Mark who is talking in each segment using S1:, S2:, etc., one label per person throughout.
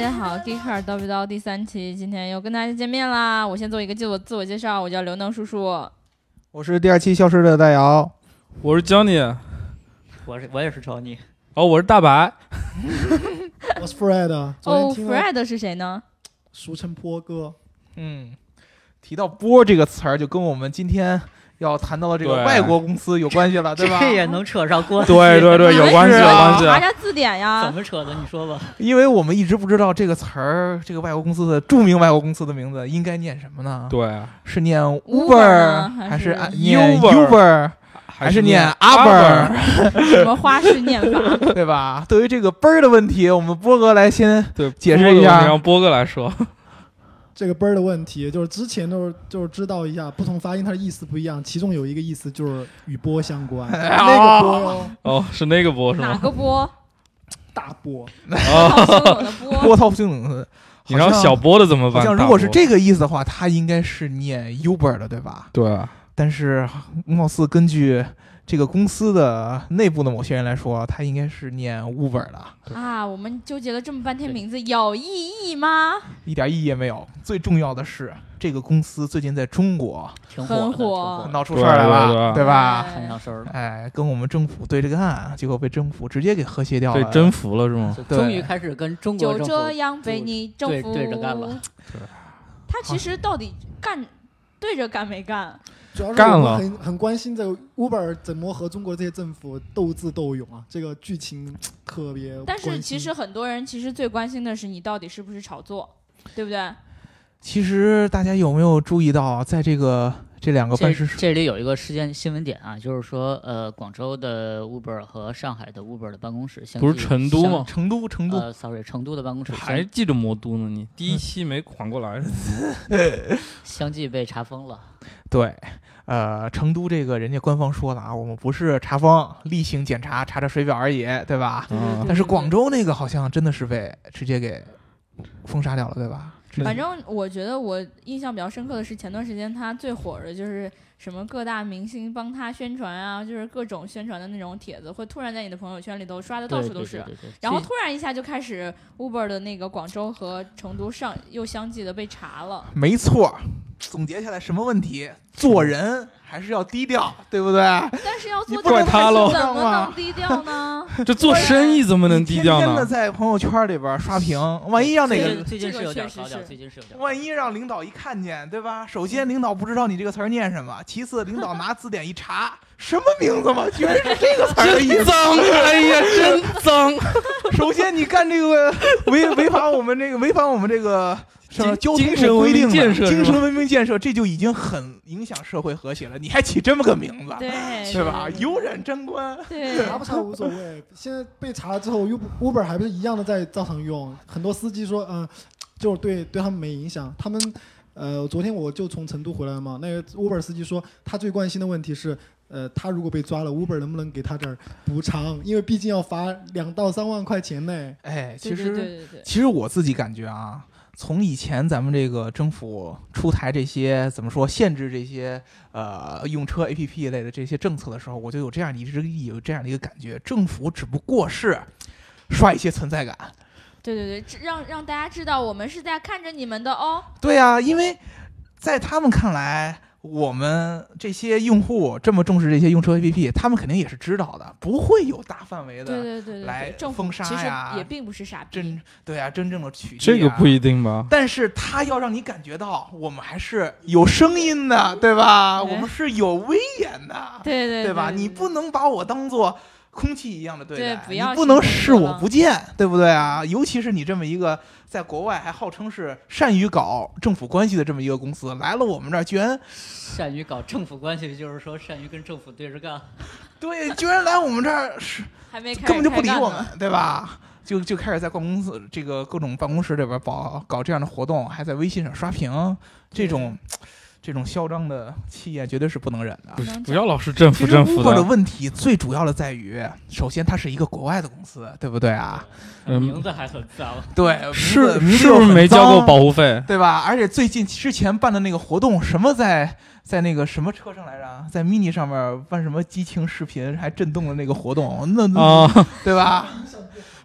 S1: 家好，Geeker 叨逼叨第三期，今天又跟大家见面啦。我先做一个自我自我介绍，我叫刘能叔叔。
S2: 我是第二期消失的戴瑶，
S3: 我是 Johnny，
S4: 我是我也是瞅你，
S3: 哦，我是大白，
S5: 我是 Fred，昨啊天
S1: 哦、
S5: 听
S1: f
S5: 了
S1: r e d 是谁呢？
S5: 俗称波哥，
S2: 嗯，提到“波”这个词儿，就跟我们今天要谈到的这个
S3: 对
S2: 外国公司有关系 了，对吧？
S4: 这也哎能扯上关系？
S3: 对对对，有关系
S2: 是
S3: 有
S2: 啊
S3: 关系
S1: 查查字典呀
S4: 怎。么扯的？你说吧。
S2: 因为我们一直不知道这个词儿，这个外国公司的著名外国公司的名字应该念什么呢？
S3: 对，啊
S2: 是念
S1: Uber，
S2: Uber 还
S1: 还
S2: 是啊
S1: 是
S2: 念
S3: Uber
S2: Uber，还是念 Aber，
S1: 什么花式念 法？
S2: 对吧？对于这个“奔”的问题，我们波哥来先
S3: 对，
S2: 解释一下
S3: 波哥你让波哥来说，
S5: 这个 bird 的问题，就是之前都是就是知道一下不同发音它的意思不一样，其中有一个意思就是与波相关，
S2: 哎
S5: 那个波哟，
S3: 哦，是那个波是
S1: 哪
S3: 吗？
S1: 个波？
S5: 大波，
S3: 哦，
S1: 好汹涌的 波。
S2: 波涛汹涌的。
S3: 你让
S2: 好像
S3: 小波的怎么
S2: 好
S3: 办？
S2: 像如果是
S3: 大波
S2: 这个意思的话，它应该是念 Uber 的，对吧？
S3: 对，啊
S2: 但是貌似根据这个公司的内部的某些人来说，他应该是念 Uber 的，
S1: 啊，我们纠结了这么半天名字，有意义吗？
S2: 一点意义也没有。最重要的是，这个公司最近在中国
S4: 挺
S1: 很
S4: 火的，挺
S1: 火
S4: 火的，
S2: 闹出事儿来
S3: 对
S2: 了，
S3: 对对
S2: 啊对吧？
S4: 摊上事儿了，
S2: 哎，跟我们政府对这个案，结果被政府直接给和谐掉
S3: 被
S2: 了。
S3: 征服了是吗？
S4: 就
S2: 对
S4: 终于开始跟中国
S1: 就
S4: 政
S1: 这
S4: 府
S1: 样被你征服，
S4: 对对着干了
S3: 对
S1: 他其实到底干对着干没干？
S5: 主要是
S3: 干
S5: 我
S3: 了
S5: 们很很关心这个 Uber 怎么和中国这些政府斗智斗勇啊，这个剧情特别关心。
S1: 但是其实很多人其实最关心的是你到底是不是炒作，对不对？
S2: 其实大家有没有注意到，在这个这两个
S4: 这
S2: 办事处，
S4: 这里有一个事件新闻点啊，就是说，呃，广州的 Uber 和上海的 Uber 的办公室相
S3: 不是
S4: 继
S3: 成都
S4: 相
S3: 吗？
S2: 成都成都、
S4: 呃，sorry，成都的办公室
S3: 这
S4: 相
S3: 还记着魔都呢？你第一期没缓过来，
S4: 相继被查封了。
S2: 对。呃，成都这个人家官方说了啊，我们不是查封，例行检查，查查水表而已，对吧？
S3: 啊
S2: 但是广州那个好像真的是被直接给封杀掉了，对吧？
S1: 反正我觉得我印象比较深刻的是前段时间他最火的就是什么各大明星帮他宣传啊，就是各种宣传的那种帖子，会突然在你的朋友圈里头刷的到
S4: 对
S1: 处
S4: 对
S1: 都
S4: 对
S1: 是。
S4: 对对
S1: 然后
S4: 这
S1: 突然一下就开始 Uber 的那个广州和成都上又相继的被查了，
S2: 没错，总结下来什么问题？做人还是要低调，对不对？
S1: 但是要
S2: 你
S1: 做
S2: 不
S1: 这
S3: 怪
S1: 种
S3: 他
S1: 事
S3: 喽
S1: 怎么能
S2: 嘛
S1: 低调呢？
S3: 这做生意怎么能低调
S2: 你天天的
S3: 呢？
S2: 在朋友圈里边刷屏，万一让哪
S4: 最
S2: 个
S4: 近，最近
S1: 这
S4: 是
S1: 个
S4: 有点
S1: 确实
S4: 高调，
S1: 是
S4: 最近是有点高调。
S2: 万一让领导一看见，对吧？首先领导不知道你这个词儿念什么，其次领导拿字典一查，什么名字嘛，居然是这个词儿的意啊思。
S3: 脏，哎呀，真脏！
S2: 首先你干这个违违反我们这个违反我们这个什么交
S3: 精
S2: 通
S3: 精神
S2: 部规定的
S3: 文明建设是
S2: 精
S3: 吗
S2: 神文明建设，这就已经很影响社会和谐了。你还起这么个名字，
S1: 对
S2: 对吧？有忍贞观，
S1: 对
S5: 查不查无所谓，现在被查了之后，Uber Uber 还不是一样的在照常用。很多司机说，嗯、就是对对他们没影响。他们，呃，昨天我就从成都回来嘛，那个 Uber 司机说，他最关心的问题是，呃，他如果被抓了，Uber 能不能给他点儿补偿？因为毕竟要罚两到三万块钱呢。
S2: 哎，
S1: 对
S2: 其
S1: 对对
S2: 实
S1: 对对，
S2: 其实我自己感觉啊。从以前咱们这个政府出台这些怎么说限制这些呃用车 A P P 类的这些政策的时候，我就有这样一直有这样的一个感觉，政府只不过是刷一些存在感，
S1: 对对对，知让让大家知道我们是在看着你们的哦。
S2: 对呀、因为在他们看来，我们这些用户这么重视这些用车 APP，他们肯定也是知道的，不会有大范围
S1: 对
S2: 的
S1: 对对对
S2: 来
S1: 对，政府
S2: 封杀
S1: 其实
S2: 呀
S1: 也并不是傻逼
S2: 真，对啊真正的取缔、
S3: 这个不。一定吧？
S2: 但是他要让你感觉到我们还是有声音的，对吧？
S1: 对
S2: 我们是有威严的，
S1: 对对
S2: 吧？你不能把我当做空气一样的对待，
S1: 对不要
S2: 你不能
S1: 信
S2: 视
S1: 任我
S2: 我不见，对不对啊？尤其是你这么一个在国外还号称是善于搞政府关系的这么一个公司，来了我们这儿居然
S4: 善于搞政府关系，就是说善于跟政府对着干。
S2: 对，居然来我们这儿是
S1: 还没开
S2: 根本就
S1: 始
S2: 不理
S1: 开干
S2: 我
S1: 呢
S2: 们，对吧？就就开始在办公室这个各种办公室里边搞搞这样的活动，还在微信上刷屏，这种这种嚣张的气焰绝对是不能忍的
S3: 不。
S1: 能讲
S3: 不要老是政
S2: 其
S3: 府
S2: 实
S3: 政府
S2: Uber 的
S3: 的，
S2: 问题最主要的在于，首先它是一个国外的公司，对不对啊？
S3: 嗯
S4: 名，字还很脏，
S2: 对，
S3: 是
S2: 名字
S3: 是不是没交过，
S2: 名字又很脏
S3: 保护费？
S2: 对吧？而且最近之前办的那个活动，什么在在那个什么车上来着，在 Mini 上嗯面办什么激情视频，还震动了那个活动，那、
S3: 啊，
S2: 对吧？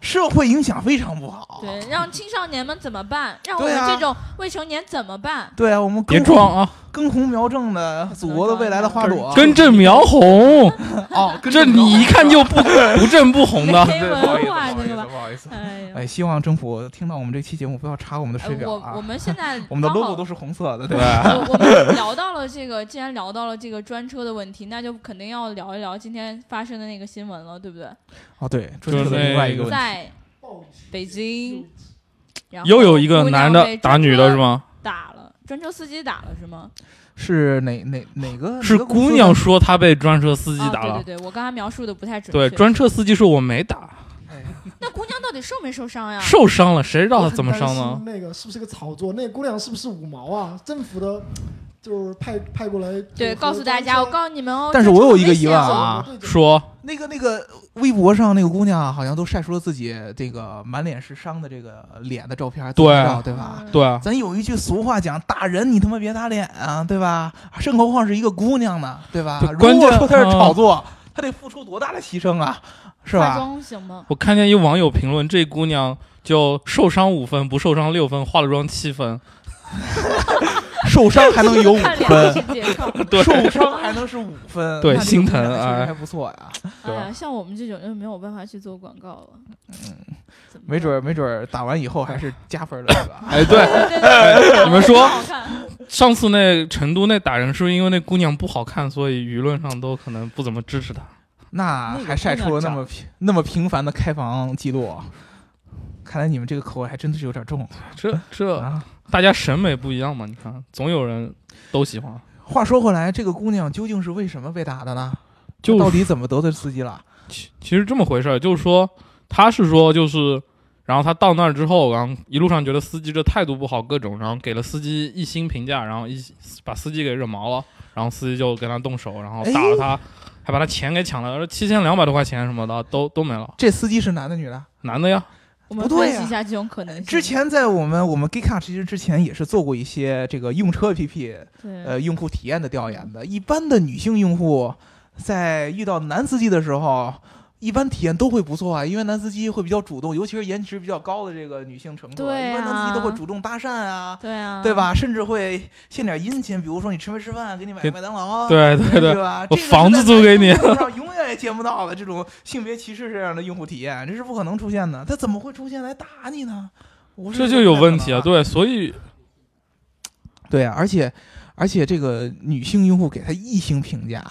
S2: 社会影响非常不好。
S1: 对，让青少年们怎么办？让我
S2: 哦对
S1: 们
S2: 啊
S1: 这种未成年怎么办？
S2: 对啊，我们
S3: 别
S2: 根
S3: 装啊，
S2: 根红苗正的祖国的未来的花朵，
S3: 根正苗红，
S2: 哦，嗯跟
S3: 这你一看就 不不正不红的。
S1: 黑
S2: 对，不好意
S1: 文化对
S2: 思，不好意思，
S1: 吧？
S2: 不好意思。
S1: 哎呀，
S2: 哎，希望政府听到我们这期节目不要查我们的
S1: 呃
S2: 水表
S1: 我我
S2: 啊，
S1: 们现在
S2: 我们的
S1: 刚
S2: logo
S1: 好
S2: 都是红色的，对
S3: 对
S2: 吧？，
S1: 我我 们聊到了这个，既然聊到了这个专车的问题，那就肯定要聊一聊今天发生的那个新闻了，对不对？
S2: 哦，对，这
S3: 就是
S2: 是另外一个问题。
S3: 那
S1: 在北京，然后
S3: 又有一个
S1: 姑娘
S3: 男的
S1: 被
S3: 打
S1: 专
S3: 女
S1: 车
S3: 的是吗？
S1: 打了，专车司机打了是吗？
S2: 是哪哪哪个？
S3: 是
S2: 哪个公司
S3: 姑
S2: 的
S3: 娘说她被专车司机
S1: 啊，
S3: 打
S1: 对
S3: 了。
S1: 对对，我刚才描述的不太准
S3: 对，
S1: 确。
S3: 专车司机说我没打，
S2: 哎
S1: 那姑娘到底受没受伤呀？
S3: 受伤了，谁知道
S5: 我
S3: 她
S5: 很
S3: 怎么
S5: 担
S3: 伤
S5: 心
S3: 呢？
S5: 那个是不是个炒作？那个姑娘是不是五毛啊？政府的，就是派派过来。
S1: 对，告诉大家，我告诉你们哦。
S2: 但是
S1: 专
S2: 我
S1: 车
S2: 有
S1: 很
S2: 一个
S1: 危
S2: 疑
S1: 险
S2: 问
S1: 哦
S2: 啊
S3: 说
S2: 那个那个微博上那个姑娘好像都晒出了自己这个满脸是伤的这个脸的照片，
S3: 对
S2: 自拍照对吧？
S1: 嗯
S3: 对啊，
S2: 咱有一句俗话讲，打人你他妈别打脸啊，对吧？更何况是一个姑娘呢，对吧？
S3: 对
S2: 如
S3: 关
S2: 果
S3: 键
S2: 说她是
S3: 啊
S2: 炒作，她得付出多大的牺牲啊，是
S1: 化
S2: 吧？
S1: 妆行吗？
S3: 我看见一网友评论，这姑娘就受伤五分，不受伤六分，化了妆七分。
S2: 受伤 还能有啊五
S1: 看脸
S2: 分，
S1: 去介 绍。
S3: 对
S2: 受伤还能是五分，
S3: 对
S2: 那这个
S3: 心
S2: 姑娘
S3: 疼
S2: 确实
S3: 哎
S2: 还不错呀。
S1: 哎
S3: 对吧
S1: 呀，像我们这种就没有办法去做广告了。嗯，
S2: 没准儿没准儿打完以后还是加分 的，对吧？
S3: 哎，对，
S1: 对对对对
S3: 你们说
S1: 好看
S3: 上次那成都那打人，是不是因为那姑娘不好看，所以舆论上都可能不怎么支持她？
S2: 那还晒出了那么频那么频繁的开房记录，看来你们这个口味还真的是有点重
S3: 这这
S2: 啊。
S3: 大家审美不一样嘛，你看，总有人都喜欢。
S2: 话说回来，这个姑娘究竟是为什么被打的呢？
S3: 就
S2: 到底怎么得罪司机了？
S3: 其其实这么回事儿，就是说他是说就是，然后他到那儿之后，然后一路上觉得司机这态度不好，各种，然后给了司机一星评价，然后一把司机给惹毛了，然后司机就跟他动手，然后哎打了他，还把他钱给抢了，七千两百多块钱什么的都都没了，
S2: 这司机是男的女的？
S3: 男的呀，
S1: 我们
S2: 不对
S1: 分
S2: 呀
S1: 析一下这种可能性。
S2: 之前在我们我们 g e e k a 其实之前也是做过一些这个用车 APP
S1: 对
S2: 呃用户体验的调研的。一般的女性用户在遇到男司机的时候，一般体验都会不错啊，因为男司机会比较主动，尤其是颜值比较高的这个女性乘客，
S1: 对啊
S2: 一般男司机都会主动搭讪啊，
S1: 对啊，
S2: 对？吧？甚至会献点殷勤，比如说你吃没吃饭，给你买个
S3: 对
S2: 麦当劳啊，
S3: 对对对，
S2: 吧？
S3: 我
S2: 这个是
S3: 房子
S2: 在
S3: 租给你
S2: 在网上永远也见不到的这种性别歧视这样的用户体验，这是不可能出现的。他怎么会出现来打你呢？我是
S3: 这
S2: 觉
S3: 就
S2: 得
S3: 有
S2: 不太可
S3: 问题啊，
S2: 能
S3: 对，所以
S2: 对啊，而且而且这个女性用户给他异性评价，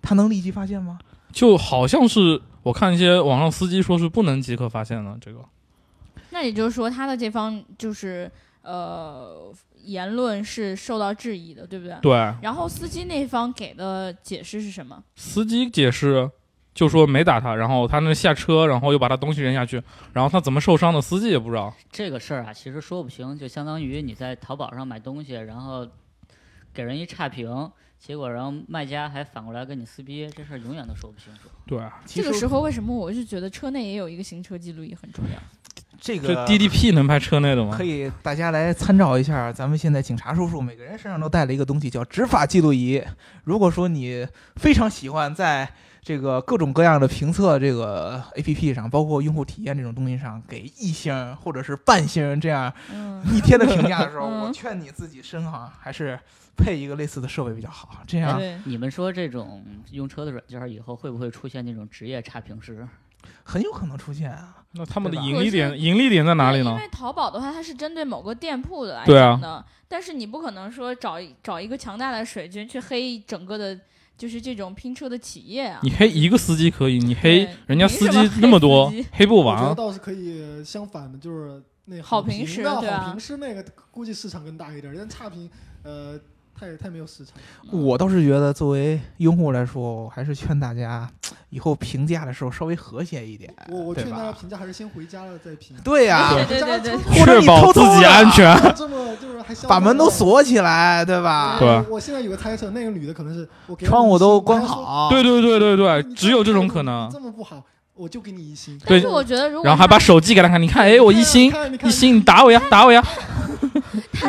S2: 他能立即发现吗？
S3: 就好像是我看一些网上司机说是不能即刻发现的这个。
S1: 那也就是说，他的这方就是呃言论是受到质疑的，对不对？
S3: 对，
S1: 然后司机那方给的解释是什么？
S3: 司机解释就说没打他，然后他那下车，然后又把他东西扔下去，然后他怎么受伤的，司机也不知道。
S4: 这个事儿啊，其实说不清，就相当于你在淘宝上买东西，然后给人一差评，结果然后卖家还反过来跟你撕逼，这事儿永远都说不清楚。
S3: 对，啊
S2: 其
S1: 这
S2: 实
S1: 个时候为什么我就觉得车内也有一个行车记录仪很重 要？
S2: 这
S3: 这
S2: 个
S3: DDP 能拍车啊内的吗
S2: 可？以大家来参照一下，咱们现在警察叔叔每个人身上都带了一个东西，叫执法记录仪。如果说你非常喜欢在这个各种各样的评测这个 A P P 上，包括用户体验这种东西上，给一星或者是半星这样
S1: 嗯，
S2: 逆天的评价的时候，
S1: 嗯
S2: 我劝你自己身上还是配一个类似的设备比较好。
S3: 哎
S2: 这样
S1: 对，
S4: 你们说这种用车的软件儿以后会不会出现那种职业差评师？
S2: 很有可能出现啊。
S3: 那他们的
S2: 对吧
S3: 盈利
S1: 我
S3: 点，盈利点在哪里
S1: 因
S3: 呢？
S1: 为淘宝的话，它是针对某个店铺的来
S3: 对啊
S1: 讲的，但是你不可能说找一找一个强大的水军去黑整个的，就是这种拼车的企业啊。
S3: 你黑一个司机可以，你黑
S1: 对
S3: 人家司
S1: 凭
S3: 机
S1: 什么
S3: 那么多
S1: 黑司机，
S3: 黑不
S5: 我觉得
S3: 完。啊
S5: 倒是可以相反的，就是那
S1: 好
S5: 评
S1: 评师
S5: 那
S1: 对啊
S5: 好评师那个估计市场更大一点，但差评呃太太没有市场。
S1: 嗯
S2: 我倒是觉得，作为用户来说，我还是劝大家以后评价的时候稍微和谐一点。
S5: 我我
S2: 对
S5: 劝大家
S2: 吧？
S5: 评价还是先回家了再 评。
S2: 对呀、
S1: 对
S5: 回
S1: 对
S5: 家
S1: 对对
S5: 抽
S2: 或者
S3: 确
S2: 你
S3: 保
S2: 偷
S3: 自
S2: 偷
S3: 己
S2: 的
S3: 安全，
S5: 这么就是 还相
S2: 把门都
S5: 反的
S2: 锁起来，对吧？
S3: 对
S5: 我现在有个猜测，那个女的可能是我给她
S2: 窗户
S5: 一
S2: 都
S5: 星
S2: 关。
S5: 我
S2: 好。
S3: 啊对对对对
S5: 还
S3: 对
S5: 说，
S3: 只有这种
S5: 你
S3: 可
S5: 你
S3: 能。
S5: 这么不好，我就给你一星。
S1: 但是
S3: 对
S1: 我觉得如果
S3: 然后还
S1: 他
S3: 把手机给他看，你看，哎，我一星
S5: 看，你看
S3: 一星，你打我呀，打我呀。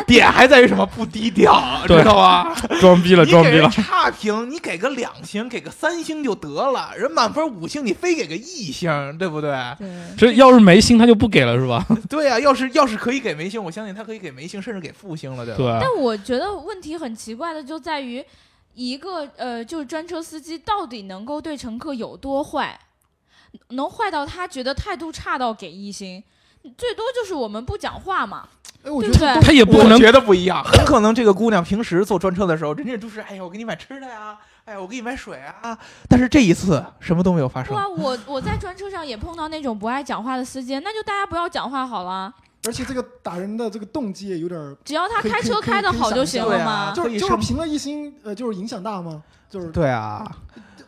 S2: 点还在于什么不低调，知
S3: 对
S2: 道 吧？
S3: 装逼了，
S2: 你
S3: 装
S2: 给
S3: 逼
S2: 人
S3: 了。
S2: 差评，你给个两星，给个三星就得了，人满分五星，你非给个一星，对不对？
S1: 对，
S3: 这要是没星，他就不给了，是吧？
S2: 对呀、要是要是可以给没星，我相信他可以给没星，甚至给负星了，对吧？
S3: 对，啊
S1: 但我觉得问题很奇怪的就在于，一个呃，就是专车司机到底能够对乘客有多坏，能坏到他觉得态度差到给一星，最多就是我们不讲话嘛，
S5: 哎，我觉
S1: 对
S5: 得这
S1: 不对
S5: 都
S3: 他也不能
S2: 我觉得不一样，很可能这个姑娘平时坐专车的时候，人家都是哎呀，我给你买吃的呀，哎呀，我给你买水啊，但是这一次什么都没有发
S1: 不
S2: 生。
S1: 啊，我我在专车上也碰到那种不爱讲话的司机，那就大家不要讲话好了，
S5: 而且这个打人的这个动机也有点儿，
S1: 只要他
S5: 可以
S1: 开
S5: 可以
S1: 车
S5: 可以
S1: 开的
S5: 可以
S1: 好
S5: 想
S1: 就
S5: 一
S1: 行
S5: 下
S1: 了
S2: 对啊
S1: 嘛。
S5: 就
S2: 可以
S5: 是就是
S2: 生
S5: 凭了一星，呃，就是影响大吗？就是
S2: 对啊，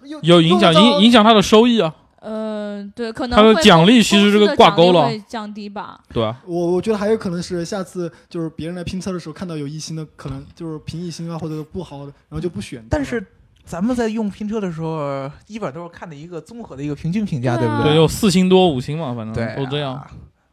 S5: 又
S3: 有影响，影影响他的收益啊。
S1: 呃，对，可
S3: 他
S1: 能
S3: 的
S1: 会
S3: 奖
S1: 公
S3: 励其实
S1: 司
S3: 这个
S1: 的
S3: 挂
S1: 奖励
S3: 钩了
S1: 会，降低吧。
S3: 对啊，
S5: 我我觉得还有可能是下次就是别人来评测的时候看到有一星的，可能就是评一星啊或者不好的，然后就不选。
S2: 但是咱们在用拼车的时候，一般都是看的一个综合的一个平均评价，
S1: 对啊
S2: 不
S3: 对，有四星多、五星嘛，反正
S2: 对啊，
S3: 都这样。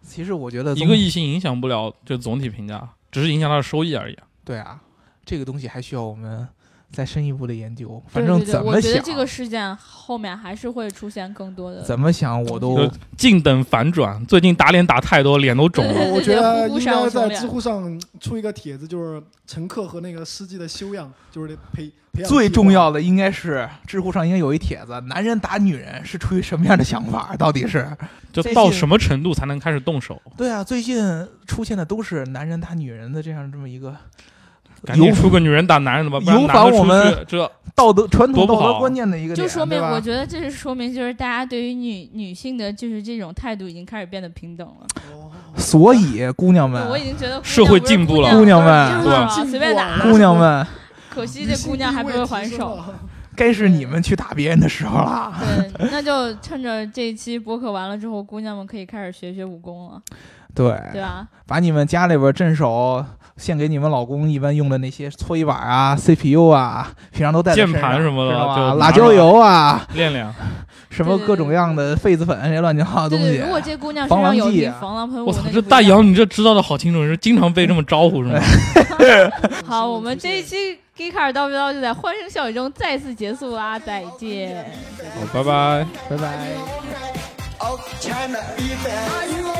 S2: 其实我觉得
S3: 一
S2: 综
S3: 个异星影响不了这总体评价，只是影响他的收益而已。
S2: 对啊，这个东西还需要我们再深一步的研究。
S1: 对
S2: 反
S1: 对
S2: 正
S1: 对，
S2: 怎
S1: 我
S2: 么
S1: 觉
S2: 想，啊
S1: 得这个事件后面还是会出现更多的。
S2: 怎么想我都
S3: 就静等反转，最近打脸打太多，脸都 肿了。
S5: 我
S1: 对
S5: 觉
S1: 对
S5: 得
S1: 呼呼
S5: 应
S1: 闪我
S5: 该
S1: 熊
S5: 在
S1: 脸
S5: 知乎上出一个帖子，就是乘客和那个司机的修养，就是得培培养计
S2: 最
S5: 划
S2: 重要的应该是知乎上应该有一帖子，男人打女人是出于什么样的想法？到底是？
S3: 就
S2: 最
S3: 到
S2: 近
S3: 什么程度才能开始动手？
S2: 对啊，最近出现的都是男人打女人的这样这么一个
S3: 赶
S2: 有
S3: 紧出个女人打男人的吧，不然
S2: 有
S3: 男的
S2: 反我
S3: 出去
S2: 们
S3: 这
S2: 道德传统
S3: 多不
S2: 道德
S3: 好啊
S2: 观念的一个点，
S1: 就说明，
S2: 对吧
S1: 我觉得这是说明，就是大家对于女女性的就是这种态度已经开始变得平等了。
S5: 哦
S2: 所以姑娘们
S1: 我，已经觉得
S3: 社会进步了
S1: 姑娘
S2: 嗯姑娘们
S5: 对吧
S1: 不是姑娘就是啊随便打。
S2: 姑娘们，
S1: 可惜这姑娘还不会还手。。
S2: 该是你们去打别人的时候了。
S1: 对，那就趁着这一期播客完了之后，姑娘们可以开始学学武功了，
S2: 对，
S1: 对吧？
S2: 把你们家里边镇守献给你们老公一般用的那些搓衣板啊、CPU 啊，平常都带在身上
S3: 键盘什么的
S2: 知道吧
S3: 就拿着
S2: 辣椒油啊，
S3: 练练。
S2: 什么各种样的痱子粉这些乱七八糟的
S1: 对
S2: 东
S1: 对，
S2: 西。
S1: 如果这姑娘身
S2: 防
S1: 上
S2: 狼
S1: 有
S2: 剂
S1: 滴
S2: 啊
S1: 防狼喷雾，
S3: 我操，
S1: 那
S3: 这
S1: 就不
S3: 大
S1: 一样
S3: 姚，你这知道的好清楚，是经常被这么招呼 是吗？
S1: 好，我们这一期《g 卡尔叨逼叨》就在欢声笑语中再次结束啦，再见。
S3: 拜拜。
S2: 拜拜。
S6: Of China, even. Are you